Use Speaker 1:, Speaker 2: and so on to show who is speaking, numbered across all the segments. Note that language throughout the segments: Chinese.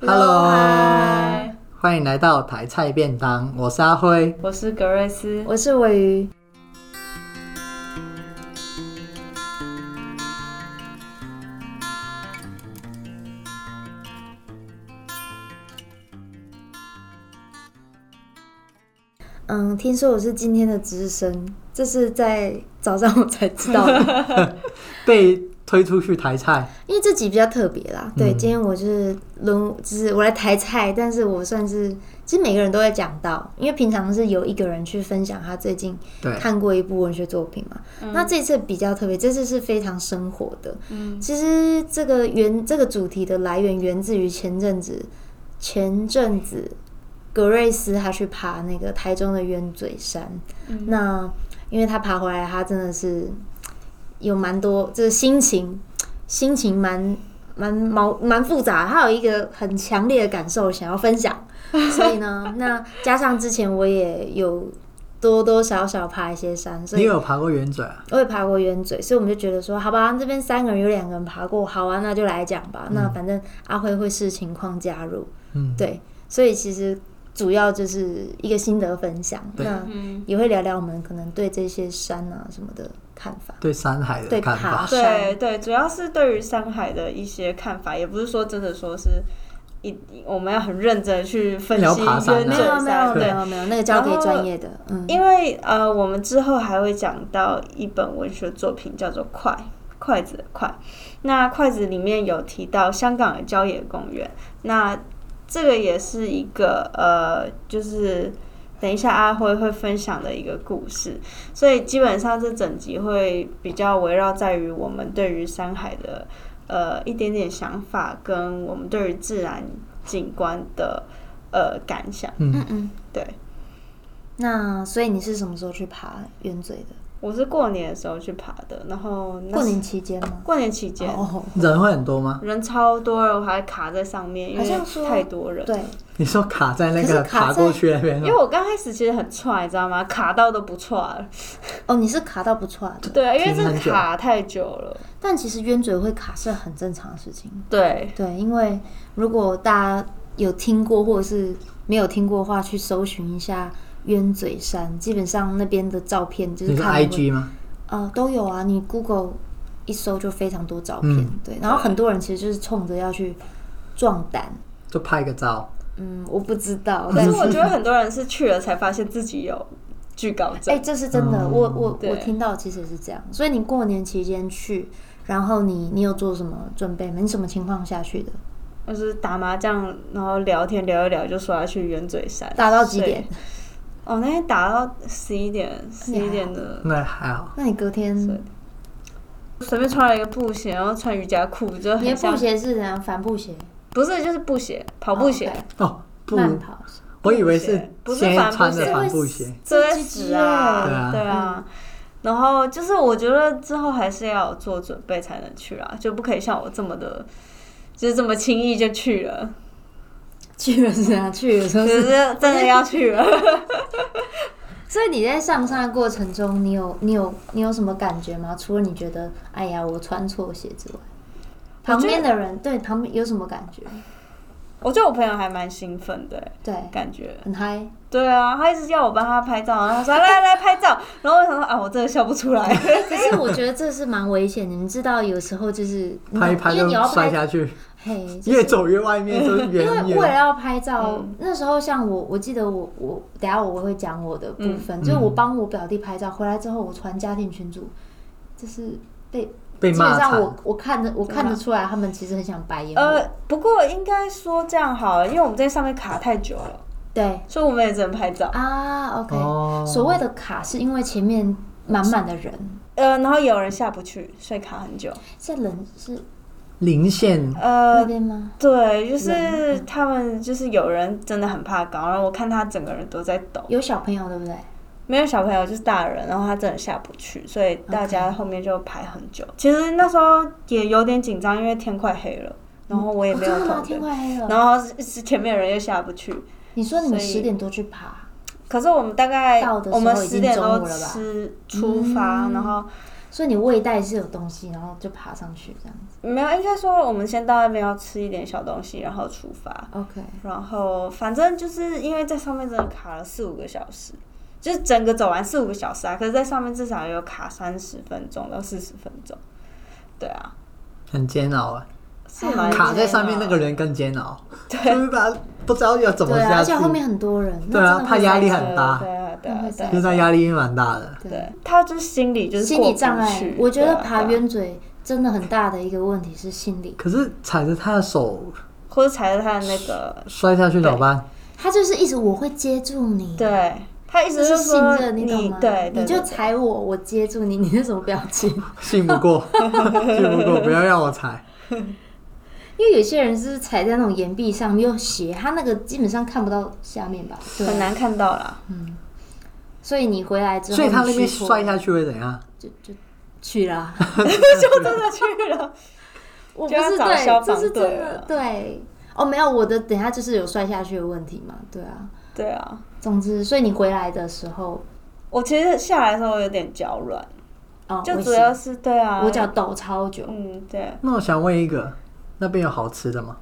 Speaker 1: Hello，
Speaker 2: 嗨
Speaker 1: 欢迎来到台菜便当，我是阿辉。
Speaker 2: 我是格瑞斯。
Speaker 3: 我是尾鱼，嗯，听说我是今天的资深，这是在早上我才知道的，
Speaker 1: 被推出去台菜，
Speaker 3: 因为这集比较特别啦。对，
Speaker 1: 嗯
Speaker 3: 今天我就是轮，就是我来抬菜，但是我算是，其实每个人都会讲到，因为平常是由一个人去分享他最近
Speaker 1: 对，
Speaker 3: 看过一部文学作品嘛。那这次比较特别，这次是非常生活的。
Speaker 2: 嗯
Speaker 3: 其实这个源这个主题的来源源自于前阵子，前阵子格瑞斯他去爬那个台中的鸢嘴山，
Speaker 2: 嗯
Speaker 3: 那因为他爬回来，他真的是有蛮多，就是心情心情蛮。蛮毛蛮复杂，他有一个很强烈的感受想要 分享，所以呢，那加上之前我也有多多少少爬一些山，所以
Speaker 1: 你有爬过圆嘴啊？
Speaker 3: 我也爬过圆嘴，所以我们就觉得说，好吧，这边三个人有两个人爬过，好啊，那就来讲吧。那反正阿辉会视情况加入，
Speaker 1: 嗯，
Speaker 3: 对，所以其实主要就是一个心得分享，
Speaker 1: 对
Speaker 3: 那
Speaker 2: 嗯，
Speaker 3: 也会聊聊我们可能对这些山啊什么的看法。
Speaker 1: 对山海的
Speaker 3: 对
Speaker 1: 看法
Speaker 3: 爬。
Speaker 2: 对
Speaker 3: 山
Speaker 2: 对，主要是对于山海的一些看法，也不是说真的说是一我们要很认真地去分析
Speaker 1: 聊爬山啊
Speaker 2: 跟
Speaker 3: 没
Speaker 2: 整
Speaker 3: 有没有
Speaker 2: 山
Speaker 3: 没
Speaker 2: 对。
Speaker 3: 有没有，那个交给
Speaker 2: 然后
Speaker 3: 专业的，嗯，
Speaker 2: 因为呃，我们之后还会讲到一本文学作品，叫做《筷》，筷子的筷。那筷子里面有提到香港的郊野公园，那这个也是一个呃，就是等一下阿辉会分享的一个故事，所以基本上这整集会比较围绕在于我们对于山海的呃一点点想法，跟我们对于自然景观的呃感想。
Speaker 1: 嗯，
Speaker 2: 对
Speaker 3: 那所以你是什么时候去爬圆嘴的？
Speaker 2: 我是过年的时候去爬的，然后那
Speaker 3: 过
Speaker 2: 时
Speaker 3: 年期间吗？
Speaker 2: 过年期间、
Speaker 3: 哦，
Speaker 1: 人会很多吗？
Speaker 2: 人超多了，我还卡在上面，因
Speaker 3: 好像
Speaker 2: 为
Speaker 3: 说
Speaker 2: 太多人。
Speaker 3: 对，
Speaker 1: 你说卡在那个
Speaker 3: 可是卡
Speaker 1: 爬
Speaker 3: 在
Speaker 1: 过去那边
Speaker 2: 因
Speaker 1: 吗
Speaker 2: 为？我刚开始其实很踹，你知道吗？卡到都不踹了。
Speaker 3: 哦，你是卡到不错的，
Speaker 2: 对，啊因为
Speaker 1: 停很
Speaker 2: 这
Speaker 1: 久
Speaker 2: 卡太久了。
Speaker 3: 但其实冤嘴会卡是很正常的事情。
Speaker 2: 对，
Speaker 3: 对，因为如果大家有听过或者是没有听过的话，去搜寻一下鸢嘴山，基本上那边的照片就是
Speaker 1: 你说
Speaker 3: 看得会
Speaker 1: IG 吗？
Speaker 3: 呃都有啊，你 Google 一搜就非常多照片，
Speaker 1: 嗯
Speaker 3: 对，然后很多人其实就是冲着要去壮胆，
Speaker 1: 就拍个照，
Speaker 3: 嗯，我不知道，
Speaker 2: 可
Speaker 3: 但
Speaker 2: 是
Speaker 3: 是
Speaker 2: 我觉得很多人是去了才发现自己有惧高
Speaker 3: 哎、
Speaker 2: 症。
Speaker 3: 这是真的，
Speaker 1: 嗯
Speaker 3: 我我我
Speaker 2: 对
Speaker 3: 听到其实也是这样，所以你过年期间去。然后你你有做什么准备吗？你什么情况下去的？
Speaker 2: 就是打麻将，然后聊天聊一聊，就说要去圆嘴山。
Speaker 3: 打到几点
Speaker 2: 所？以？哦，那天打到十一点，十
Speaker 3: 你还
Speaker 2: 一
Speaker 3: 好
Speaker 2: 点的，
Speaker 1: 那还好。
Speaker 3: 那你隔天
Speaker 2: 所以
Speaker 3: 你
Speaker 2: 随便穿了一个布鞋，然后穿瑜伽裤，就
Speaker 3: 的
Speaker 2: 很像
Speaker 3: 布鞋是怎样？帆布鞋？
Speaker 2: 不是就是布鞋，跑步鞋。
Speaker 3: 哦，OK
Speaker 1: 哦，不，
Speaker 3: 慢跑 是
Speaker 1: 我以为是
Speaker 2: 鞋不是
Speaker 1: 先
Speaker 2: 帆布
Speaker 1: 穿着
Speaker 2: 鞋
Speaker 1: 帆布鞋。
Speaker 2: 这会死啊，
Speaker 3: 对
Speaker 1: 啊
Speaker 2: 对啊。然后就是我觉得之后还是要有做准备才能去啦，就不可以像我这么的，就是这么轻易就去了，
Speaker 3: 去了是啊，去了
Speaker 2: 就
Speaker 3: 就是是。
Speaker 2: 真的要去了。
Speaker 3: 所以你在上山的过程中，你有你有你有什么感觉吗？除了你觉得哎呀我穿错鞋之外，
Speaker 2: 我觉得
Speaker 3: 旁边的人对旁边有什么感觉？
Speaker 2: 我觉得我朋友还蛮兴奋的、欸
Speaker 3: 对，
Speaker 2: 感觉。
Speaker 3: 很嗨。
Speaker 2: 对啊，他一直叫我帮他拍照，然后他说来来拍照，然后我想说啊，我真的笑不出来。
Speaker 3: 可是我觉得这是蛮危险的，你知道有时候就是
Speaker 1: 拍一拍
Speaker 3: 因为
Speaker 1: 就
Speaker 3: 你要
Speaker 1: 摔
Speaker 3: 拍，
Speaker 1: 下去，
Speaker 3: 嘿，就是
Speaker 1: 越走越外面，就是
Speaker 3: 因
Speaker 1: 远
Speaker 3: 为为了
Speaker 1: 远。
Speaker 3: 要拍照，
Speaker 2: 嗯
Speaker 3: 那时候像我，我记得我我等一下我会讲我的部分，
Speaker 1: 嗯
Speaker 3: 就是我帮我表弟拍照，回来之后我传家庭群组，就是被
Speaker 1: 被
Speaker 3: 基本
Speaker 1: 骂
Speaker 3: 上我
Speaker 1: 惨。
Speaker 3: 我看着我看得出来，他们其实很想白眼我。
Speaker 2: 呃，不过应该说这样好了，因为我们在上面卡太久了，
Speaker 3: 对
Speaker 2: 所以我们也只能拍照。
Speaker 3: 啊，OK，、
Speaker 1: 哦
Speaker 3: 所谓的卡是因为前面满满的人，
Speaker 2: 呃，然后有人下不去，所以卡很久。
Speaker 3: 是人是
Speaker 1: 零线
Speaker 2: 呃
Speaker 3: 那，边吗？
Speaker 2: 对，就是
Speaker 3: 嗯
Speaker 2: 他们，就是有人真的很怕高，然后我看他整个人都在抖，
Speaker 3: 有小朋友对不对？
Speaker 2: 没有小朋友就是大人，然后他真的下不去，所以大家后面就排很久。
Speaker 3: 嗯
Speaker 2: 其实那时候也有点紧张，因为天快黑了，然后我也
Speaker 3: 哦
Speaker 2: 没有
Speaker 3: 真的吗？
Speaker 2: 团队
Speaker 3: 天，快黑了。
Speaker 2: 然后是是前面人又下不去，
Speaker 3: 你说你们
Speaker 2: 所以
Speaker 3: 十点多去爬，
Speaker 2: 可是我们大概
Speaker 3: 到的时候
Speaker 2: 我们
Speaker 3: 已
Speaker 2: 十
Speaker 3: 经
Speaker 2: 点
Speaker 3: 中午了
Speaker 2: 多
Speaker 3: 吧
Speaker 2: 吃出发，
Speaker 3: 嗯
Speaker 2: 然后
Speaker 3: 所以你胃袋是有东西，然后就爬上去这样子。
Speaker 2: 没有，应该说我们先到那边要吃一点小东西，然后出发。
Speaker 3: OK，
Speaker 2: 然后反正就是因为在上面真的卡了四五个小时，就是整个走完四五个小时啊，可是在上面至少有卡三十分钟到四十分钟。对啊，
Speaker 1: 很煎熬啊，
Speaker 2: 是蛮
Speaker 1: 卡在上面
Speaker 2: 煎
Speaker 1: 那
Speaker 2: 熬
Speaker 1: 个人更煎熬，就是把不知道要怎么
Speaker 3: 对啊，
Speaker 1: 下
Speaker 3: 而
Speaker 1: 去
Speaker 3: 且，后面很多人，
Speaker 1: 对啊
Speaker 3: 那真的会
Speaker 1: 怕压力
Speaker 3: 塞
Speaker 1: 很大
Speaker 2: 对啊，对
Speaker 3: 那
Speaker 2: 啊
Speaker 3: 会，
Speaker 2: 对
Speaker 3: 塞
Speaker 2: 啊
Speaker 1: 就是他压力蛮大的。
Speaker 3: 对
Speaker 2: 对，他就是心里就是
Speaker 3: 心
Speaker 2: 过
Speaker 3: 理
Speaker 2: 不
Speaker 3: 障碍
Speaker 2: 去。
Speaker 3: 我觉得
Speaker 2: 对啊
Speaker 3: 爬
Speaker 2: 对啊
Speaker 3: 冤嘴真的很大的一个问题是心理，
Speaker 1: 可是踩着他的手
Speaker 2: 或者踩着他的那个，
Speaker 1: 摔下去怎么办？
Speaker 3: 他就是一直我会接住你，，
Speaker 2: 对他一直
Speaker 3: 这是
Speaker 2: 就
Speaker 3: 信
Speaker 2: 说
Speaker 3: 任，你懂吗？
Speaker 2: 对，对
Speaker 3: 你就
Speaker 2: 对
Speaker 3: 踩我，我接住你，你是什么表情？
Speaker 1: 信不 过，信不过，不要让我踩。
Speaker 3: 因为有些人是踩在那种岩壁上，没有鞋，他那个基本上看不到下面吧，对
Speaker 2: 很难看到 啦。
Speaker 3: 所以你回来之后，
Speaker 1: 所以他那边
Speaker 3: 你去过
Speaker 1: 摔下去会怎样？
Speaker 3: 就就去了 啊。
Speaker 2: 就真的去了，
Speaker 3: 我不
Speaker 2: 就要
Speaker 3: 是
Speaker 2: 找
Speaker 3: 对，
Speaker 2: 消
Speaker 3: 这
Speaker 2: 防
Speaker 3: 是真
Speaker 2: 队
Speaker 3: 的
Speaker 2: 了
Speaker 3: 对。哦，没有，我的等一下就是有摔下去的问题嘛，对啊。
Speaker 2: 对啊，
Speaker 3: 总之，所以你回来的时候，
Speaker 2: 我其实下来的时候有点脚软，
Speaker 3: 哦，
Speaker 2: 就
Speaker 3: 我
Speaker 2: 主
Speaker 3: 是
Speaker 2: 要是对啊，
Speaker 3: 我脚抖超久，
Speaker 2: 嗯对，
Speaker 1: 那我想问一个，那边有好吃的吗？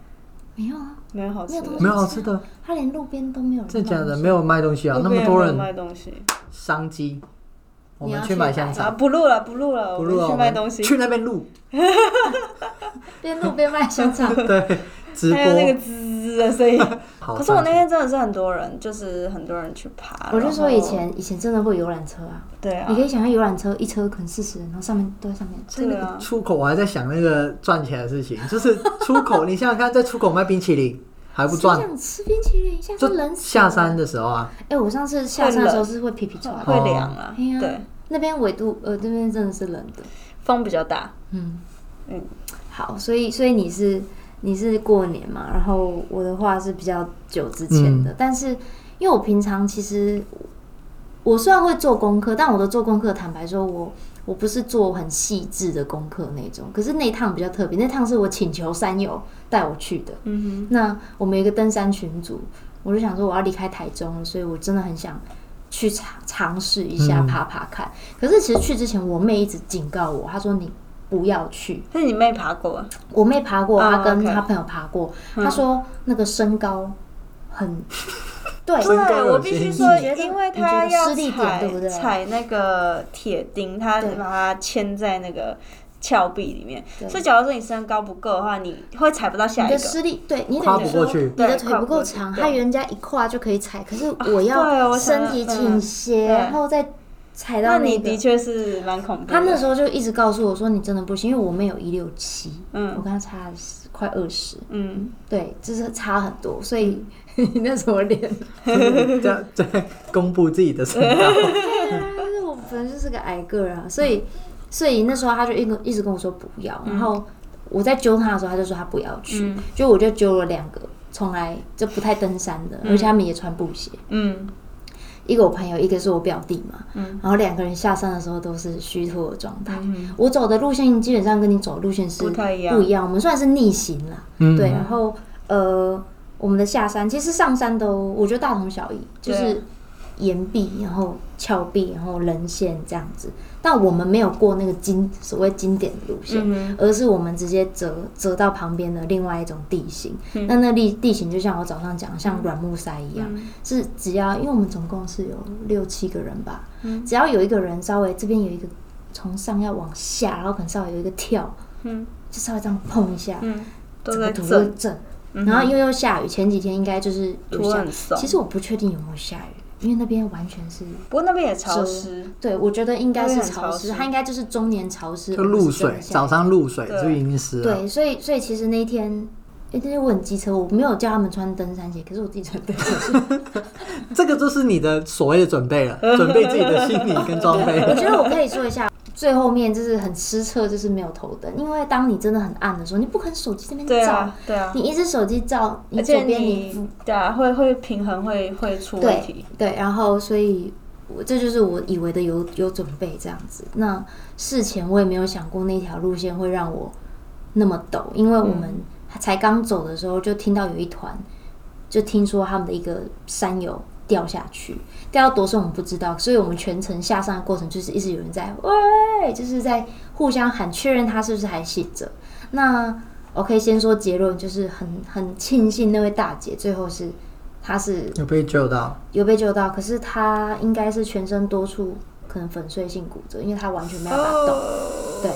Speaker 3: 没有啊，
Speaker 2: 没有好吃的
Speaker 3: 没有，
Speaker 1: 没有好吃的，
Speaker 3: 他连路边都没有人。
Speaker 1: 真的假的？没有卖东西啊？那
Speaker 2: 路
Speaker 1: 么
Speaker 2: 边
Speaker 1: 多
Speaker 2: 有没有
Speaker 1: 人
Speaker 2: 卖东西
Speaker 1: 商机，我
Speaker 3: 你
Speaker 1: 们
Speaker 3: 要
Speaker 1: 去
Speaker 3: 去
Speaker 1: 买
Speaker 3: 买
Speaker 1: 香
Speaker 2: 啊，
Speaker 1: 肠，
Speaker 2: 不录了不录了，
Speaker 1: 不
Speaker 2: 我
Speaker 1: 录
Speaker 2: 们
Speaker 1: 了，
Speaker 2: 去
Speaker 1: 我
Speaker 2: 卖
Speaker 1: 们
Speaker 2: 东西，
Speaker 1: 去那边 录，
Speaker 3: 边路边卖香 肠，
Speaker 1: 对，直
Speaker 2: 还有那个
Speaker 1: 播。
Speaker 2: 滋滋的声音。
Speaker 1: 好
Speaker 2: 可是我那
Speaker 1: 商机
Speaker 2: 天真的是很多人，就是很多人去爬，
Speaker 3: 我就说
Speaker 2: 然后
Speaker 3: 以前以前真的会游览车啊，
Speaker 2: 对啊
Speaker 3: 你可，以想象游览车一车可能四十人，然后上面都在上面。
Speaker 1: 在那
Speaker 2: 对
Speaker 1: 个
Speaker 2: 啊
Speaker 1: 出口，我还在想那个赚钱的事 情，就是出口，你想想看，在出口卖冰淇淋还不赚
Speaker 3: 谁，想吃冰淇淋，下山
Speaker 1: 就
Speaker 3: 冷死。啊
Speaker 1: 下山。的时候啊，
Speaker 3: 哎，我上次下山的时候是会皮皮抓的，
Speaker 2: 会凉啊，
Speaker 3: 哎呀
Speaker 2: 对，
Speaker 3: 那边纬度呃那边真的是冷的。
Speaker 2: 风比较大，
Speaker 3: 嗯
Speaker 2: 嗯，
Speaker 3: 好，所以所以你是你是过年嘛，然后我的话是比较久之前的，
Speaker 1: 嗯
Speaker 3: 但是因为我平常其实我虽然会做功课，但我的做功课，坦白说我。我不是做很细致的功课那种，可是那一趟比较特别，那趟是我请求山友带我去的。
Speaker 2: 嗯
Speaker 3: 那我们有一个登山群组，我就想说我要离开台中了，所以我真的很想去尝尝试一下
Speaker 1: 嗯
Speaker 3: 爬爬看。可是其实去之前，我妹一直警告我，她说你不要去。
Speaker 2: 哼，是你妹爬过，
Speaker 3: 我妹爬过，
Speaker 2: 哦
Speaker 3: 她跟
Speaker 2: OK 嗯
Speaker 3: 她朋友爬过，她说那个身高 很对。
Speaker 1: 身高
Speaker 2: 对，
Speaker 1: 有
Speaker 2: 我必须
Speaker 1: 限
Speaker 2: 说，
Speaker 3: 你觉得
Speaker 2: 因为他要
Speaker 3: 你觉得失力点对不对
Speaker 2: 踩踩那个铁钉，他
Speaker 3: 对
Speaker 2: 把它牵在那个峭壁里面，
Speaker 3: 对
Speaker 2: 所以假如说你身高不够的话，你会踩不到下
Speaker 3: 你
Speaker 2: 一
Speaker 3: 的
Speaker 2: 个。
Speaker 3: 施力，对你
Speaker 1: 跨
Speaker 3: 等于
Speaker 1: 不
Speaker 3: 说
Speaker 1: 过去
Speaker 3: 你的
Speaker 2: ，Oh 对
Speaker 3: 腿
Speaker 2: 跨
Speaker 3: 不
Speaker 2: 不
Speaker 3: 够
Speaker 2: 过去
Speaker 3: 长，
Speaker 2: 对啊
Speaker 3: 她人家一跨就可以踩，可是我
Speaker 2: 对
Speaker 3: 要
Speaker 2: 我想
Speaker 3: 身
Speaker 2: 到
Speaker 3: 体倾
Speaker 2: 嗯
Speaker 3: 斜，
Speaker 2: 对
Speaker 3: 然后再踩到
Speaker 2: 那
Speaker 3: 那
Speaker 2: 你
Speaker 3: 个
Speaker 2: 的。确是蛮恐怖的。
Speaker 3: 他那时候就一直告诉我说：“你真的不行，因为我妹有一六七，
Speaker 2: 嗯
Speaker 3: 我跟她差了十快二十，
Speaker 2: 嗯，
Speaker 3: 对，就是差很多，所以 你那什么 脸？
Speaker 1: 这样对，公布自己的身高，
Speaker 3: 对啊，就是我本来就是个矮个儿啊，所以所以那时候他就一个一直跟我说不要，然后我在揪他的时候，他就说他不要去，
Speaker 2: 嗯
Speaker 3: 就我就揪了两个从来就不太登山的，而且他们也穿布鞋，
Speaker 2: 嗯
Speaker 3: 一个我朋友，一个是我表弟嘛，
Speaker 2: 嗯
Speaker 3: 然后两个人下山的时候都是虚脱的状态。
Speaker 2: 嗯
Speaker 3: 我走的路线基本上跟你走的路线是
Speaker 2: 不太一样
Speaker 3: 不一样，我们算是逆行啦。
Speaker 1: 嗯
Speaker 3: 对，然后呃，我们的下山其实上山都我觉得大同小异，就
Speaker 2: 对啊
Speaker 3: 是岩壁，然后峭壁，然后人线这样子。但我们没有过那个经所谓经典的路线，
Speaker 2: 嗯
Speaker 3: 而是我们直接折折到旁边的另外一种地形。
Speaker 2: 嗯
Speaker 3: 那那地地形就像我早上讲，像软木塞一样，
Speaker 2: 嗯
Speaker 3: 是只要因为我们总共是有六七个人吧，
Speaker 2: 嗯
Speaker 3: 只要有一个人稍微这边有一个从上要往下，然后可能稍微有一个跳，
Speaker 2: 嗯
Speaker 3: 就稍微这样碰一下，
Speaker 2: 嗯，都
Speaker 3: 整
Speaker 2: 在
Speaker 3: 个土都
Speaker 2: 震，
Speaker 3: 震。
Speaker 2: 嗯
Speaker 3: 然后因为又下雨，前几天应该就是有
Speaker 2: 土
Speaker 3: 下
Speaker 2: 很。松。
Speaker 3: 其实我不确定有没有下雨，因为那边完全是，
Speaker 2: 不过那边也潮湿，
Speaker 3: 对我觉得应该
Speaker 2: 那
Speaker 3: 是
Speaker 2: 边很
Speaker 3: 潮
Speaker 2: 潮
Speaker 3: 湿，
Speaker 2: 湿
Speaker 3: 它应该就是中年潮湿，
Speaker 1: 就
Speaker 3: 而不是
Speaker 1: 露
Speaker 3: 真
Speaker 1: 水，
Speaker 3: 的下雨
Speaker 1: 早上啊露水
Speaker 2: 对
Speaker 1: 就已经湿了。
Speaker 3: 对，所以所以其实那一天，诶那天我很机车，我没有叫他们穿登山鞋，可是我自己穿登山 鞋。
Speaker 1: 这个就是你的所谓的准备 了，准备自己的心理跟装备
Speaker 3: 我
Speaker 1: 了。
Speaker 3: 觉得我可以说一下，最后面就是很失策，就是没有头灯，因为当你真的很暗的时候，你不可能手机这边
Speaker 2: 对
Speaker 3: 照，
Speaker 2: 啊对啊，
Speaker 3: 你一只手机照，你
Speaker 2: 而
Speaker 3: 左
Speaker 2: 且
Speaker 3: 边你
Speaker 2: 你对啊会会平衡会会出问
Speaker 3: 对
Speaker 2: 题。
Speaker 3: 对，然后所以我这就是我以为的有有准备这样子。那事前我也没有想过那条路线会让我那么陡，因为
Speaker 2: 嗯
Speaker 3: 我们才刚走的时候就听到有一团，就听说他们的一个山友掉下去，掉到多深我们不知道，所以我们全程下山的过程就是一直有人在喂 Mary”，就是在互相喊确认他是不是还醒着。那我可以先说结论，就是很很庆幸那位大姐最后是她是
Speaker 1: 有被救到，
Speaker 3: 有被救到，可是她应该是全身多处可能粉碎性骨折，因为她完全没有打动。
Speaker 2: 哦，
Speaker 3: 对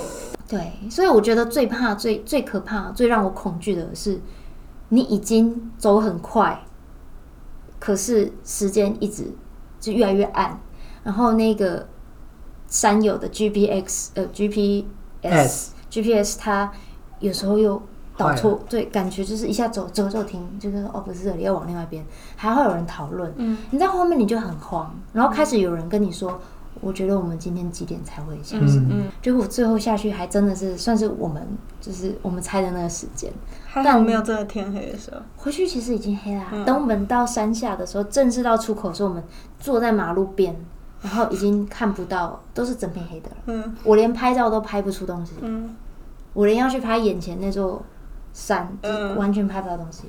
Speaker 3: 对，所以我觉得最怕、最最可怕、最让我恐惧的是，你已经走很快，可是时间一直就越来越暗，然后那个山友的 G P X 呃 G P S G P S 它有时候又。导错，对，感觉就是一下走走走停，就是说哦，不是这里，要往另外一边，还会有人讨论。
Speaker 2: 嗯，
Speaker 3: 你在后面你就很慌，然后开始有人跟你说，我觉得我们今天几点才会下山？
Speaker 1: 嗯
Speaker 2: 嗯，
Speaker 3: 结果最后下去还真的是算是我们就是我们猜的那个时间。
Speaker 2: 还好没有真的天黑的时候。
Speaker 3: 回去其实已经黑了啊、
Speaker 2: 嗯
Speaker 3: 等我们到山下的时候，正式到出口的时候，我们坐在马路边，然后已经看不到，都是整片黑的了。
Speaker 2: 嗯
Speaker 3: 我连拍照都拍不出东西，
Speaker 2: 嗯，
Speaker 3: 我连要去拍眼前那座山，就是
Speaker 2: 嗯
Speaker 3: 完全拍不到东 西。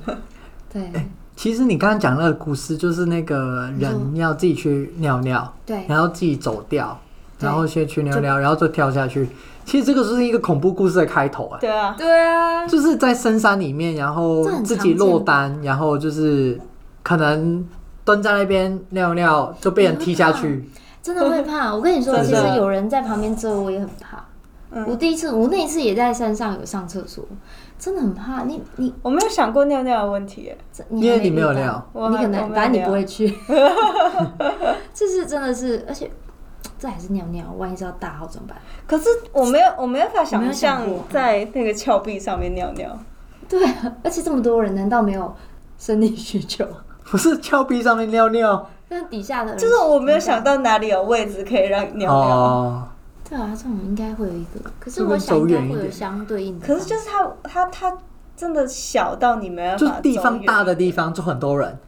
Speaker 3: 对
Speaker 1: 其实你刚刚讲那个故事，就是那个人要自己去尿尿，
Speaker 3: 对
Speaker 1: 然后自己走掉，
Speaker 3: 对
Speaker 1: 然后先去尿尿，然后就跳下去。其实这个就是一个恐怖故事的开头、哎，
Speaker 2: 对啊，
Speaker 3: 对啊，
Speaker 1: 就是在深山里面，然后
Speaker 3: 这很
Speaker 1: 自
Speaker 3: 常
Speaker 1: 己
Speaker 3: 见
Speaker 1: 落单，然后就是可能蹲在那边尿尿就被人踢下
Speaker 2: 嗯
Speaker 1: 去。
Speaker 3: 真的会 怕。我跟你说，
Speaker 1: 真
Speaker 3: 其
Speaker 1: 的
Speaker 3: 实有人在旁边遮我也很怕。我
Speaker 2: 嗯，
Speaker 3: 第一次，我那一次也在山上有上厕所，真的很怕。你你
Speaker 2: 我没有想过尿尿的问题耶。
Speaker 3: 这
Speaker 1: 因为
Speaker 3: 还
Speaker 1: 你没有
Speaker 3: 遇到
Speaker 1: 料
Speaker 2: 我
Speaker 3: 你
Speaker 2: 还
Speaker 3: 可
Speaker 2: 我
Speaker 3: 能
Speaker 2: 没有
Speaker 3: 反正你
Speaker 2: 料
Speaker 3: 不会 去。这是真的是，而且这还是尿尿，万一是要大号怎么办？
Speaker 2: 可是我没有，我没有办法
Speaker 3: 我
Speaker 2: 想
Speaker 3: 没有想
Speaker 2: 象
Speaker 3: 过
Speaker 2: 在那个峭壁上面尿尿。
Speaker 3: 对啊，而且这么多人，难道没有生理需求？
Speaker 1: 不是峭壁上面尿尿
Speaker 3: 那底下的人
Speaker 2: 就是我没有想到哪里有位置可以让你尿尿。
Speaker 1: 哦，
Speaker 3: 对啊，这种应该会有一个，可是
Speaker 1: 就
Speaker 3: 我
Speaker 1: 跟
Speaker 3: 想
Speaker 1: 走
Speaker 3: 应该
Speaker 1: 远一
Speaker 3: 会有
Speaker 1: 点
Speaker 3: 相对应的
Speaker 2: 可
Speaker 3: 方
Speaker 2: 是
Speaker 3: 式。
Speaker 2: 就是它它它真的小到你没办
Speaker 1: 就是
Speaker 2: 法，
Speaker 1: 地方大的，地方就很多人，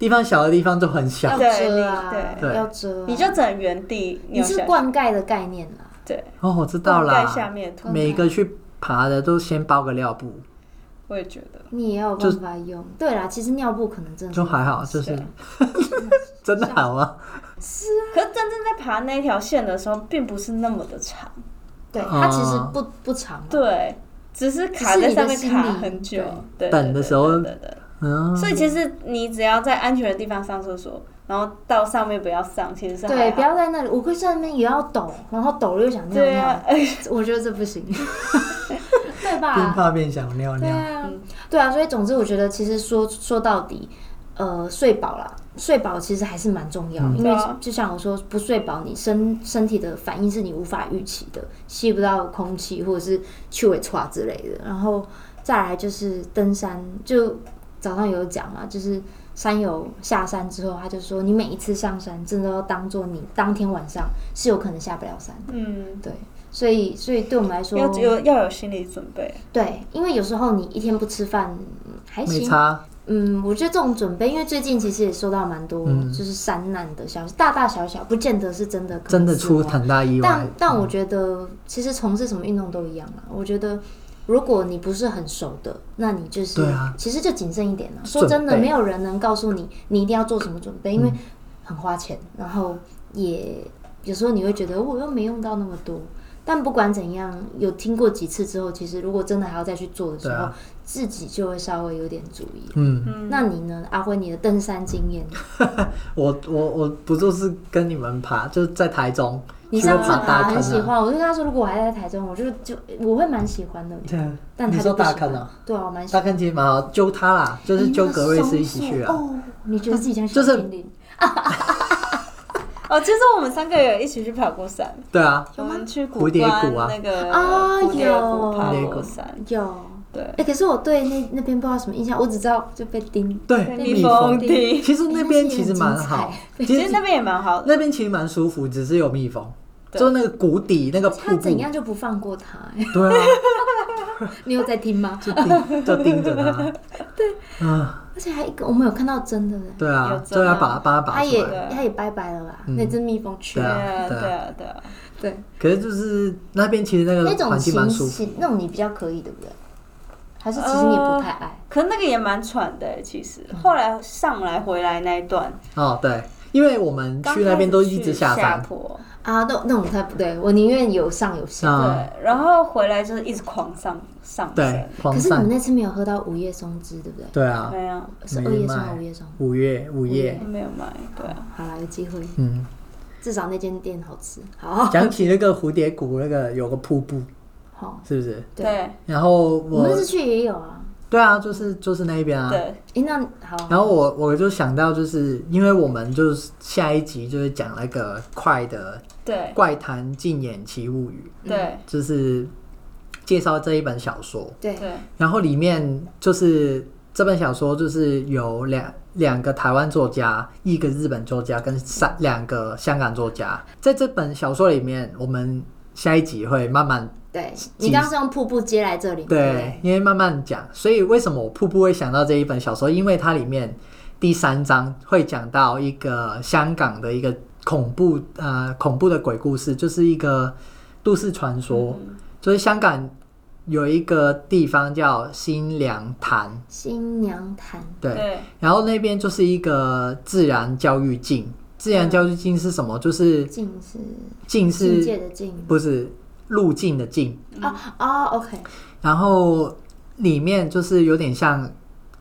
Speaker 1: 地方小的地方就很小
Speaker 3: 要。
Speaker 2: 对
Speaker 3: 遮啊
Speaker 2: 你，
Speaker 1: 对
Speaker 3: 要遮啊。
Speaker 2: 你就整原地
Speaker 3: 你
Speaker 2: 尿下
Speaker 3: 是
Speaker 2: 去。
Speaker 3: 灌溉的概念啊啦，
Speaker 2: 对，
Speaker 1: 哦，我知道
Speaker 2: 盖下
Speaker 1: 啦，
Speaker 2: 面的土，
Speaker 1: 每个去爬的都先包个尿布，
Speaker 2: 我也觉得。
Speaker 3: 你也有
Speaker 1: 就
Speaker 3: 办法用。对啦，其实尿布可
Speaker 2: 嗯
Speaker 3: 能真的
Speaker 1: 就是还好，就是
Speaker 2: 对
Speaker 1: 真的好啊。
Speaker 2: 可是真正在爬那条线的时候，并不是那么的长，
Speaker 3: 对，它其实
Speaker 1: 哦
Speaker 3: 不不长啊，
Speaker 2: 对，只是卡
Speaker 3: 只是
Speaker 2: 在
Speaker 3: 你的
Speaker 2: 上面
Speaker 3: 心
Speaker 2: 卡
Speaker 3: 理
Speaker 2: 很久，对，
Speaker 1: 等的时候
Speaker 2: 对对对对
Speaker 1: 嗯，
Speaker 2: 所以其实你只要在安全的地方上厕所，然后到上面不要上，其实是还
Speaker 3: 对，
Speaker 2: 好
Speaker 3: 不要在那里，我会在那边也要抖，然后抖了又想尿
Speaker 2: 啊对
Speaker 3: 尿
Speaker 2: 啊，，
Speaker 3: 我觉得这 不行， 对
Speaker 1: 边
Speaker 3: 吧？
Speaker 1: 怕边想尿
Speaker 3: 对
Speaker 1: 尿。
Speaker 3: 啊，对啊，所以总之我觉得其实说说到底，呃，睡饱啦，睡饱其实还是蛮重要，
Speaker 1: 嗯
Speaker 3: 因
Speaker 2: 对
Speaker 3: 为
Speaker 2: 啊
Speaker 3: 就像我说，不睡饱，你身身体的反应是你无法预期的，吸不到空气或者是去尾歘之类的，然后再来就是登山，就早上有讲嘛，就是。山友下山之后，他就说：“你每一次上山，真的要当做你当天晚上是有可能下不了山 的。
Speaker 2: 嗯，”
Speaker 3: 所以，所以对我们来说，
Speaker 2: 要有要有心理准备，
Speaker 3: 对，因为有时候你一天不吃饭嗯还
Speaker 1: 没
Speaker 3: 行，
Speaker 1: 差，
Speaker 3: 嗯，我觉得这种准备，因为最近其实也收到蛮多
Speaker 1: 嗯
Speaker 3: 就是山难的消息，大大小小，不见得是真的可能
Speaker 1: 真的
Speaker 3: 死
Speaker 1: 出
Speaker 3: 亡
Speaker 1: 很大意外嗯
Speaker 3: 但。但我觉得其实从事什么运动都一样啦。啊我觉得如果你不是很熟的，那你就是、
Speaker 1: 对啊
Speaker 3: 其实就谨慎一点啦。
Speaker 1: 准
Speaker 3: 说真的，
Speaker 1: 备嗯
Speaker 3: 没有人能告诉你你一定要做什么准备，因为很花钱，然后也有时候你会觉得我又没用到那么多。但不管怎样，有听过几次之后，其实如果真的还要再去做的时候，
Speaker 1: 对啊
Speaker 3: 自己就会稍微有点注意。
Speaker 1: 嗯，
Speaker 2: 嗯，
Speaker 3: 那你呢，阿辉？你的登山经 验，
Speaker 1: 我我我不就是跟你们爬，就是在台中，
Speaker 3: 你
Speaker 1: 去过
Speaker 3: 上次
Speaker 1: 爬大
Speaker 3: 爬
Speaker 1: 坑
Speaker 3: 很喜
Speaker 1: 啊。
Speaker 3: 欢，我就跟他说，如果我还在台中，我就就我会蛮喜欢的。
Speaker 1: 对啊，
Speaker 3: 但
Speaker 1: 你
Speaker 3: 他
Speaker 1: 说
Speaker 3: 就不喜
Speaker 1: 大
Speaker 3: 欢哎
Speaker 1: 坑啊，
Speaker 3: 对啊，我蛮喜
Speaker 1: 大
Speaker 3: 欢。
Speaker 1: 坑其实蛮好，揪他啦，就是揪格瑞斯一起去啊。
Speaker 3: 哦，你觉得自己像小
Speaker 1: 就是
Speaker 3: 精灵？
Speaker 2: 哦，其实我们三个有一起去爬过山，
Speaker 1: 对啊，
Speaker 2: 我们去古
Speaker 1: 蝴蝶
Speaker 2: 关
Speaker 1: 谷啊
Speaker 2: 那个
Speaker 3: 啊
Speaker 2: 蝴蝶谷
Speaker 3: 有
Speaker 1: 蝴
Speaker 2: 爬
Speaker 1: 蝶
Speaker 2: 过
Speaker 1: 谷
Speaker 2: 山，
Speaker 3: 有。
Speaker 2: 对，
Speaker 3: 哎，可是我对那那边不知道什么印象，我只知道就被叮。
Speaker 1: 对，
Speaker 2: 对
Speaker 1: 蜜
Speaker 2: 蜜
Speaker 1: 蜂
Speaker 2: 蜂
Speaker 1: 地。
Speaker 2: 地，
Speaker 1: 其实那边其实蛮好
Speaker 3: 哎，
Speaker 1: 其
Speaker 2: 其实
Speaker 1: 实
Speaker 2: 那边也蛮好的，
Speaker 1: 那边其实蛮舒服，只是有蜜蜂，
Speaker 2: 对
Speaker 1: 就是那个谷底那个
Speaker 3: 他
Speaker 1: 瀑
Speaker 3: 怎
Speaker 1: 布，
Speaker 3: 样就不放过他？ 哎
Speaker 1: 对啊，
Speaker 3: 你有在听吗？
Speaker 1: 就 盯就盯着他。对啊，
Speaker 3: 而且还一个，我们有看到真的嘞。
Speaker 1: 对
Speaker 2: 有
Speaker 1: 啊，
Speaker 2: 针
Speaker 1: 就要
Speaker 2: 啊
Speaker 1: 把把它拔
Speaker 3: 他
Speaker 1: 出
Speaker 3: 也
Speaker 1: 来。
Speaker 3: 他也拜拜了啦，
Speaker 1: 嗯
Speaker 3: 那只蜜蜂去
Speaker 1: 对
Speaker 2: 对
Speaker 1: 啊
Speaker 3: 了。
Speaker 2: 啊，
Speaker 1: 对啊
Speaker 2: 对啊，对啊，
Speaker 3: 对，
Speaker 1: 可是就是那边啊其实那
Speaker 3: 那
Speaker 1: 个
Speaker 3: 种
Speaker 1: 环境
Speaker 3: 情
Speaker 1: 蛮舒服，
Speaker 3: 形那种你比较可以，对不对？还是其实你也不太爱。
Speaker 2: 可那个也蛮喘的欸，其实
Speaker 1: 嗯
Speaker 2: 后来上来回来那一段，
Speaker 1: 哦，对，因为我们去那边都一直
Speaker 2: 下
Speaker 1: 山，
Speaker 2: 坡，
Speaker 3: 啊，那那种才不对，我宁愿有上有下。
Speaker 1: 啊，
Speaker 2: 对，然后回来就是一直狂上上
Speaker 1: 对
Speaker 2: 升，，
Speaker 1: 黄
Speaker 3: 可是你们
Speaker 1: 鳝，
Speaker 3: 那次没有喝到午夜松汁，对不对？
Speaker 1: 对啊，
Speaker 2: 没有
Speaker 3: 是
Speaker 1: 没
Speaker 3: 二夜松
Speaker 1: 卖
Speaker 3: 还是午夜松？
Speaker 1: 五月五月，
Speaker 2: 没有买，对啊，
Speaker 3: 好啦，有机会，
Speaker 1: 嗯，
Speaker 3: 至少那间店好吃。好，
Speaker 1: 讲起那个蝴蝶谷，那个有个瀑布，
Speaker 3: 好，
Speaker 1: 是不是？
Speaker 3: 对
Speaker 2: 对
Speaker 1: 然后
Speaker 3: 我们
Speaker 1: 我
Speaker 3: 那，次去也有啊。
Speaker 1: 对啊，就是就是那一边啊。
Speaker 2: 对，
Speaker 3: 诶，那好，
Speaker 1: 然后我我就想到，就是因为我们就是下一集就是讲那个快的《
Speaker 2: 对
Speaker 1: 怪谈禁演奇物语
Speaker 2: 对》，
Speaker 1: 就是介绍这一本小说。
Speaker 3: 对，
Speaker 2: 对
Speaker 1: 然后里面就是这本小说，就是有两两个台湾作家，一个日本作家跟三两个香港作家。在这本小说里面，我们下一集会慢慢
Speaker 3: 对，你刚刚是用瀑布接来这里嘛，对
Speaker 1: 对
Speaker 3: 不对，
Speaker 1: 因为慢慢讲。所以为什么我瀑布会想到这一本小说？因为它里面第三章会讲到一个香港的一个恐怖呃恐怖的鬼故事，就是一个都市传说，
Speaker 2: 嗯
Speaker 1: 就是香港有一个地方叫新娘潭，
Speaker 3: 新娘潭，
Speaker 1: 对，
Speaker 2: 对
Speaker 1: 然后那边就是一个自然教育镜。自然教育镜是什么？就是
Speaker 3: 境是
Speaker 1: 镜
Speaker 3: 境
Speaker 1: 是
Speaker 3: 界的境。
Speaker 1: 不是路径的径？
Speaker 3: 哦哦，OK，
Speaker 1: 然后里面就是有点像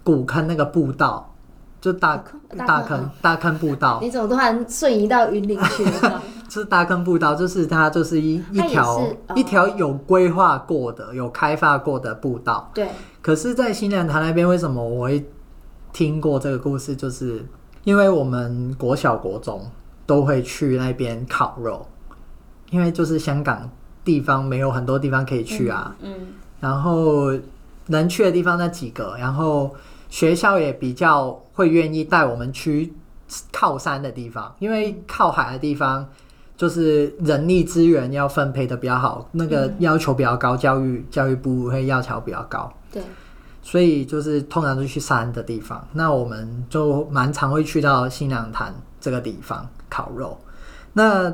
Speaker 1: 古坑那个步道，就大
Speaker 3: 古坑
Speaker 1: 大
Speaker 3: 大坑
Speaker 1: 坑大坑步道，
Speaker 3: 你怎么突然瞬移到云林去了？
Speaker 1: 就是大坑步道，就是它就是一一
Speaker 3: 它也
Speaker 1: 条
Speaker 3: 是哦
Speaker 1: 一条有规划过的、有开发过的步道。
Speaker 3: 对，
Speaker 1: 可是，在新娘潭那边，为什么我会听过这个故事？就是因为我们国小、国中都会去那边烤肉，因为就是香港地方没有很多地方可以去啊。
Speaker 2: 嗯
Speaker 1: 然后能去的地方那几个，然后学校也比较会愿意带我们去靠山的地方，因为靠海的地方就是人力资源要分配的比较好，那个要求比较高，教育教育部会要求比较高，
Speaker 3: 对，
Speaker 1: 所以就是通常就去山的地方。那我们就蛮常会去到新娘潭这个地方烤肉。那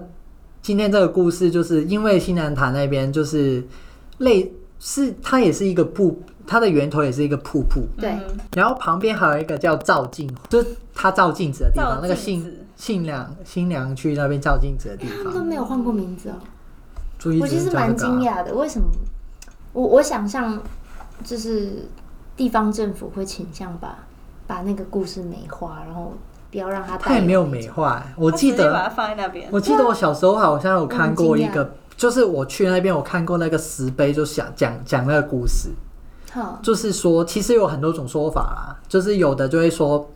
Speaker 1: 今天这个故事，就是因为新娘潭那边就是类是它也是一个瀑，它的源头也是一个瀑布，
Speaker 3: 对
Speaker 2: 嗯
Speaker 1: 然后旁边还有一个叫照镜湖，就是它照镜子的地方，
Speaker 2: 照镜
Speaker 1: 那
Speaker 2: 子
Speaker 1: 个信信良新娘去那边照镜子的地
Speaker 3: 他们都
Speaker 1: 方。
Speaker 3: 没有换过名字哦。
Speaker 1: 注意
Speaker 3: 我其实蛮惊讶的，为什么？我我想象就是地方政府会倾向把把那个故事美化，然后不要让它
Speaker 1: 它也没
Speaker 3: 有
Speaker 1: 有美化、我
Speaker 2: 他
Speaker 1: 记
Speaker 2: 直接把
Speaker 1: 得
Speaker 2: 它放在那边，
Speaker 1: 我记得我小时候好像有看过一
Speaker 3: 我很
Speaker 1: 个，就是我去那边我看过那个石碑，就想讲讲那个故事，
Speaker 3: 哈，
Speaker 1: 就是说其实有很多种说法啦，就是有的就会说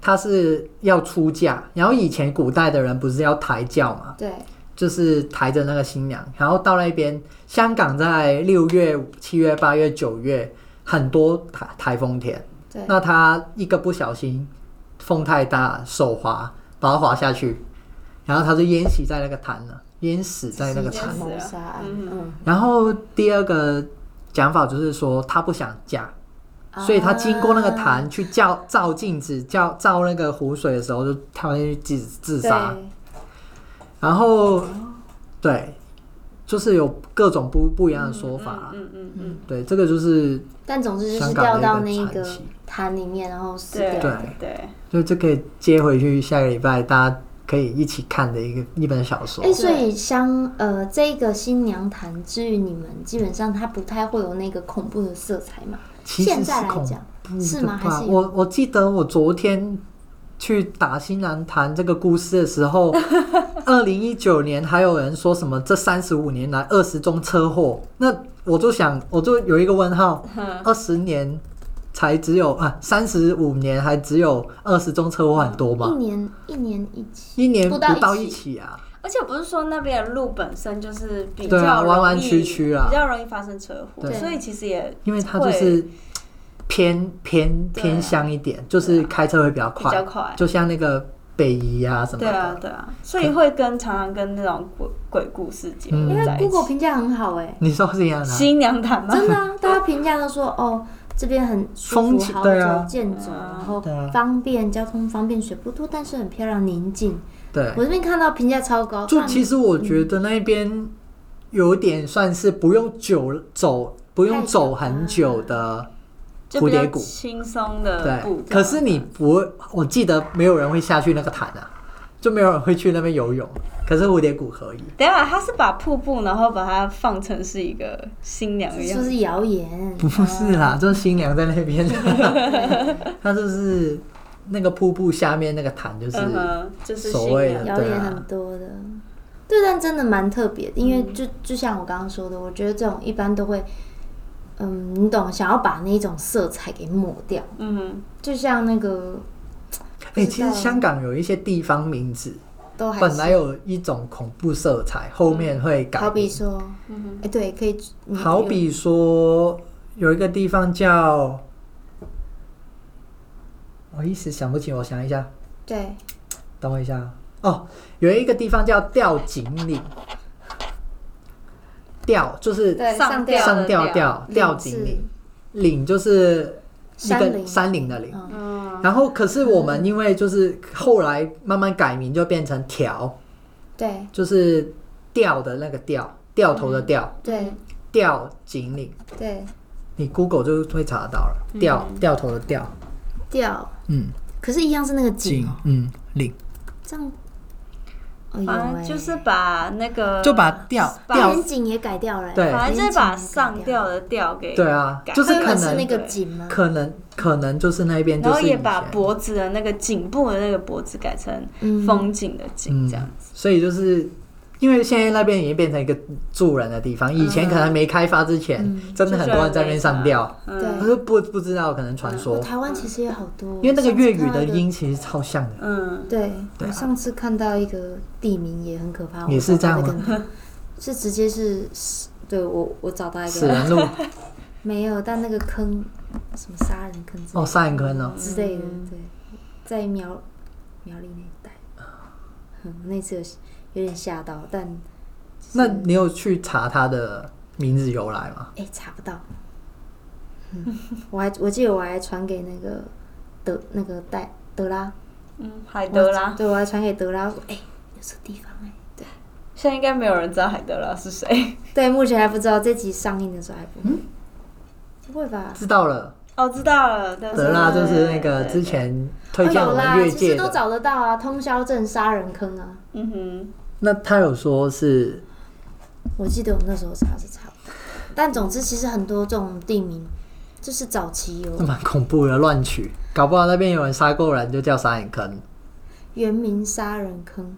Speaker 1: 他是要出嫁，然后以前古代的人不是要抬轿嘛，
Speaker 3: 对，
Speaker 1: 就是抬着那个新娘，然后到那边，香港在六月、七月、八月、九月很多台台风天，
Speaker 3: 对
Speaker 1: 那他一个不小心风太大手滑，把它滑下去，然后他就淹死在那个潭了，淹死在那个
Speaker 3: 这
Speaker 1: 潭
Speaker 3: 是一。
Speaker 2: 了
Speaker 3: 谋杀案，嗯
Speaker 2: 嗯，
Speaker 1: 然后第二个讲法就是说他不想嫁，
Speaker 3: 啊
Speaker 1: 所以他经过那个潭去照照镜子、照照那个湖水的时候，就跳进去自自杀。
Speaker 3: 对
Speaker 1: 然后，对，就是有各种不不一样的说法啦。
Speaker 2: 嗯嗯嗯
Speaker 1: 对，这个就是
Speaker 3: 但总之就是
Speaker 1: 香港
Speaker 3: 掉
Speaker 1: 的
Speaker 3: 到
Speaker 1: 一
Speaker 3: 那
Speaker 1: 个
Speaker 3: 个
Speaker 1: 传奇
Speaker 3: 潭里面，然后死
Speaker 2: 对
Speaker 3: 掉
Speaker 1: 对
Speaker 3: 的。
Speaker 2: 对
Speaker 1: 就这可以接回去下个礼拜大家可以一起看的一个一本小说
Speaker 3: 哎、。所以香呃，这个新娘潭之于你们，基本上它不太会有那个恐怖的色彩嘛。
Speaker 1: 其
Speaker 3: 现
Speaker 1: 实
Speaker 3: 在
Speaker 1: 是
Speaker 3: 来
Speaker 1: 恐
Speaker 3: 讲
Speaker 1: 怖
Speaker 3: 是
Speaker 1: 的
Speaker 3: 吗还
Speaker 1: 吧
Speaker 3: 是有
Speaker 1: 我我记得我昨天去打新南谈这个故事的时 候，二零一九年还有人说什么这三十五年来二十宗车祸，那我就想我就有一个问号，
Speaker 3: 嗯
Speaker 1: 二十年才只有啊三十五年还只有二十宗车祸很多
Speaker 3: 一
Speaker 1: 吗？
Speaker 3: 年一年一起，
Speaker 1: 一年
Speaker 3: 嗯不
Speaker 1: 不
Speaker 3: 到一
Speaker 1: 到
Speaker 3: 起
Speaker 1: 一起啊，
Speaker 2: 而且不是说那边的路本身就是比较
Speaker 1: 对啊
Speaker 2: 容易
Speaker 1: 弯弯曲曲啊
Speaker 2: 比较容易发生车祸，
Speaker 3: 对
Speaker 2: 所以其实也
Speaker 1: 因为它就
Speaker 2: 会
Speaker 1: 是偏偏
Speaker 2: 对啊啊
Speaker 1: 偏乡一点，就是开车会比较
Speaker 2: 比
Speaker 1: 快，
Speaker 2: 较快。
Speaker 1: 就像那个北宜啊什么
Speaker 2: 对
Speaker 1: 的，
Speaker 2: 啊，对啊，所以会跟常常跟那种鬼鬼故事结合
Speaker 1: 嗯
Speaker 3: 因为
Speaker 2: 在一
Speaker 3: Google
Speaker 2: 起。
Speaker 3: 评价很好哎、
Speaker 1: 你说是一样的啊、
Speaker 2: 新娘潭吗？
Speaker 3: 真的啊，大家评价都说哦，这边很舒
Speaker 1: 风
Speaker 3: 服，
Speaker 1: 景
Speaker 3: 好
Speaker 1: 对啊
Speaker 3: 走健走，然后
Speaker 1: 对啊
Speaker 3: 方便，交通方便，水不多，但是很漂亮宁静。
Speaker 1: 对，
Speaker 3: 我这边看到评价超高，
Speaker 1: 就
Speaker 3: 但
Speaker 1: 其实我觉得那边有点算是不用久走，不用走很久的，
Speaker 2: 就
Speaker 1: 蝴
Speaker 2: 比较
Speaker 1: 蝶谷
Speaker 2: 嗯轻松的步
Speaker 1: 对。
Speaker 2: 调。
Speaker 1: 可是你不，我记得没有人会下去那个潭啊，就没有人会去那边游泳。可是蝴蝶谷可以，
Speaker 2: 等一下，他是把瀑布，然后把它放成是一个新娘一
Speaker 3: 这
Speaker 2: 样
Speaker 3: 就，是谣言。
Speaker 1: 不是啦，就是新娘在那边，它就是那个瀑布下面那个潭，就是哎
Speaker 2: 嗯哼，就是
Speaker 1: 所
Speaker 2: 新
Speaker 1: 谓
Speaker 2: 娘
Speaker 1: 的
Speaker 3: 谣言很多的，对，但真的蛮特别的，因
Speaker 1: 嗯
Speaker 3: 为就就像我刚刚说的，我觉得这种一般都会，嗯，你懂，想要把那种色彩给抹掉，
Speaker 2: 嗯
Speaker 3: 就像那个
Speaker 1: 哎、
Speaker 3: 不知道
Speaker 1: 其实香港有一些地方名字
Speaker 3: 都还
Speaker 1: 本
Speaker 3: 是
Speaker 1: 来有一种恐怖色彩，后面会改名。
Speaker 3: 好比说，
Speaker 2: 嗯
Speaker 3: 哎、对，可以，你
Speaker 1: 好比说有一个地方叫，我一时想不起，我想一下，
Speaker 3: 对，
Speaker 1: 等我一下哦，有一个地方叫吊井岭，吊就是
Speaker 3: 对上
Speaker 2: 上
Speaker 3: 吊
Speaker 2: 吊
Speaker 1: 上吊
Speaker 2: 的
Speaker 1: 吊吊井岭，岭就是一
Speaker 3: 山
Speaker 1: 个
Speaker 3: 林
Speaker 1: 山岭的岭。
Speaker 3: 嗯，
Speaker 2: 嗯，
Speaker 1: 然后，可是我们因为就是后来慢慢改名，就变成条，
Speaker 3: 对
Speaker 1: 就是吊的那个吊，掉头的吊，
Speaker 2: 嗯
Speaker 3: 对
Speaker 1: 吊井岭。
Speaker 3: 对，
Speaker 1: 你 Google 就会查到了，
Speaker 2: 嗯
Speaker 1: 掉掉头的掉，
Speaker 3: 吊，
Speaker 1: 嗯，
Speaker 3: 可是，一样是那个井
Speaker 1: 井
Speaker 3: 哦，，
Speaker 1: 嗯，领，
Speaker 3: 这样，哎呦
Speaker 2: 反
Speaker 3: 喂，
Speaker 2: 正啊就是把那个
Speaker 1: 呃就把掉
Speaker 2: 把
Speaker 1: 掉
Speaker 3: 连，井也改掉了、
Speaker 1: 对
Speaker 2: 反正就是把上
Speaker 3: 连井也
Speaker 2: 吊
Speaker 3: 改
Speaker 2: 的吊给
Speaker 1: 对，啊，
Speaker 2: 改
Speaker 1: 就是
Speaker 3: 原
Speaker 1: 可
Speaker 3: 本是那
Speaker 1: 能
Speaker 3: 个井吗？
Speaker 1: 可能可能就是那边
Speaker 2: 然
Speaker 1: 就
Speaker 2: 后
Speaker 1: 是以
Speaker 2: 也
Speaker 1: 前，
Speaker 2: 把脖子的那个颈部的那个脖子改成
Speaker 3: 嗯
Speaker 2: 风景的景
Speaker 1: 嗯
Speaker 2: 这样。
Speaker 1: 所以就是。因为现在那边已经变成一个住人的地方，以
Speaker 2: 嗯
Speaker 1: 前可能没开发之前，真的很多人在那边上吊，
Speaker 3: 对
Speaker 1: 可是呃不不知道，可能传
Speaker 2: 嗯
Speaker 1: 说，
Speaker 3: 哦台湾其实也好多，
Speaker 1: 因为那个粤语的
Speaker 3: 我上次看到一个，
Speaker 1: 音其实超像的，
Speaker 2: 嗯，
Speaker 3: 对，
Speaker 1: 对啊
Speaker 3: 我上次看到一个地名也很可怕，
Speaker 1: 也是这样吗
Speaker 3: 我找到那个？是直接是，是对我我找到一
Speaker 1: 死
Speaker 3: 个
Speaker 1: 人 路
Speaker 3: 没有，但那个坑什么杀人坑之类
Speaker 1: 哦，杀人坑哦，
Speaker 3: 之类的，
Speaker 2: 嗯
Speaker 3: 对，在苗苗栗那一带，嗯，那次有有点吓到，但
Speaker 1: 那你有去查他的名字由来吗？
Speaker 3: 哎、查不到。嗯，我还我记得我还传给那个德那个戴德拉，
Speaker 2: 嗯，海德
Speaker 3: 我
Speaker 2: 拉，
Speaker 3: 对我还传给德拉说，哎、有这地方哎、对
Speaker 2: 现在应该没有人知道海德拉是谁。
Speaker 3: 对，目前还不知道，这集上映的时候还不会，
Speaker 1: 嗯
Speaker 3: 不会吧？
Speaker 1: 知道了。
Speaker 2: 哦，知道了，对
Speaker 1: 德拉就是那个
Speaker 2: 对哦对
Speaker 1: 之前推荐我
Speaker 3: 哦有
Speaker 1: 们
Speaker 3: 啦，
Speaker 1: 越
Speaker 3: 其实
Speaker 1: 界
Speaker 3: 都
Speaker 1: 的，
Speaker 3: 找得到啊，通宵镇杀人坑啊，
Speaker 2: 嗯哼，
Speaker 1: 那他有说是
Speaker 3: 我记得我那时候查是查不到，但总之其实很多这种地名，就是早期有
Speaker 1: 蛮恐怖的乱取，搞不好那边有人杀过人就叫杀人坑，
Speaker 3: 原名杀人坑。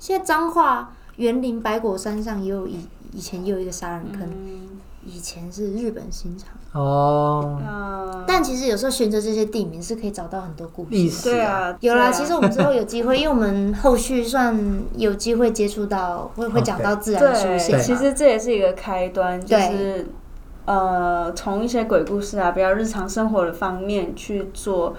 Speaker 3: 现在彰化园林百果山上也有以以前也有一个杀人坑，
Speaker 2: 嗯，
Speaker 3: 以前是日本刑场。
Speaker 1: 哦，
Speaker 2: 啊，
Speaker 3: 但其实有时候循着这些地名是可以找到很多故
Speaker 1: 历
Speaker 3: 事。
Speaker 1: 史
Speaker 2: 对，啊，
Speaker 3: 有啦，
Speaker 2: 对啊
Speaker 3: 其实我们之后 有机会，因为我们后续算有机会接触到，会会讲到自然属性
Speaker 2: 对，
Speaker 3: 嘛。
Speaker 2: 其实这也是一个开端，就
Speaker 3: 对
Speaker 2: 是呃，从一些鬼故事啊，比较日常生活的方面去做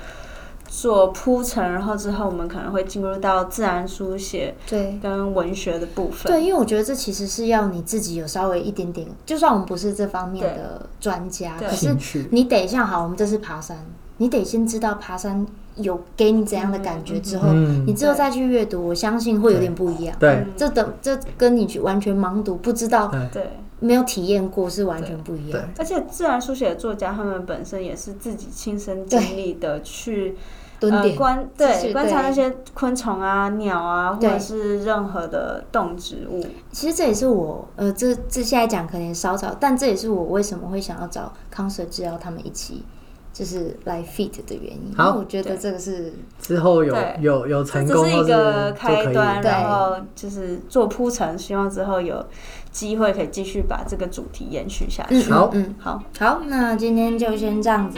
Speaker 2: 做铺陈，然后之后我们可能会进入到自然书写
Speaker 3: 对
Speaker 2: 跟文学的部分。
Speaker 3: 对，因为我觉得这其实是要你自己有稍微一点点，就算我们不是这方面的专家，
Speaker 2: 对啊
Speaker 3: 可是
Speaker 1: 兴趣，
Speaker 3: 你得像好，我们这次爬山，你得先知道爬山有给你怎样的感觉之后，
Speaker 1: 嗯
Speaker 3: 你之后再去阅读，我相信会有点不一样。
Speaker 1: 对
Speaker 3: 这等这跟你去完全盲读，不知道
Speaker 1: 对
Speaker 2: 对，
Speaker 3: 没有体验过是完全不一样。
Speaker 2: 而且自然书写的作家，他们本身也是自己亲身经历的去
Speaker 3: 蹲
Speaker 2: 呃
Speaker 3: 点，
Speaker 2: 观
Speaker 3: 自己
Speaker 2: 对
Speaker 3: 对
Speaker 2: 观察那些昆虫啊、鸟啊，或
Speaker 3: 对
Speaker 2: 者是任何的动植物。
Speaker 3: 其实这也是我呃，这这现在讲可能稍早，但这也是我为什么会想要找康 Sir 治疗他们一起就是来 fit 的原因，因为
Speaker 1: 好
Speaker 3: 我觉得这个是
Speaker 1: 之后有
Speaker 2: 对
Speaker 1: 有有
Speaker 2: 这
Speaker 1: 成
Speaker 2: 这
Speaker 1: 功
Speaker 2: 是
Speaker 1: 或
Speaker 2: 一个
Speaker 1: 是就
Speaker 2: 开
Speaker 1: 可以
Speaker 2: 端，
Speaker 3: 对
Speaker 2: 然后就是做铺陈，希望之后有机会可以继续把这个主题延续下去。
Speaker 3: 嗯
Speaker 1: 好
Speaker 3: 嗯
Speaker 2: 好，
Speaker 3: 嗯好，那今天就先这样子，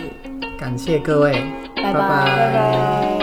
Speaker 1: 感谢各位，拜
Speaker 3: 拜
Speaker 2: 拜拜。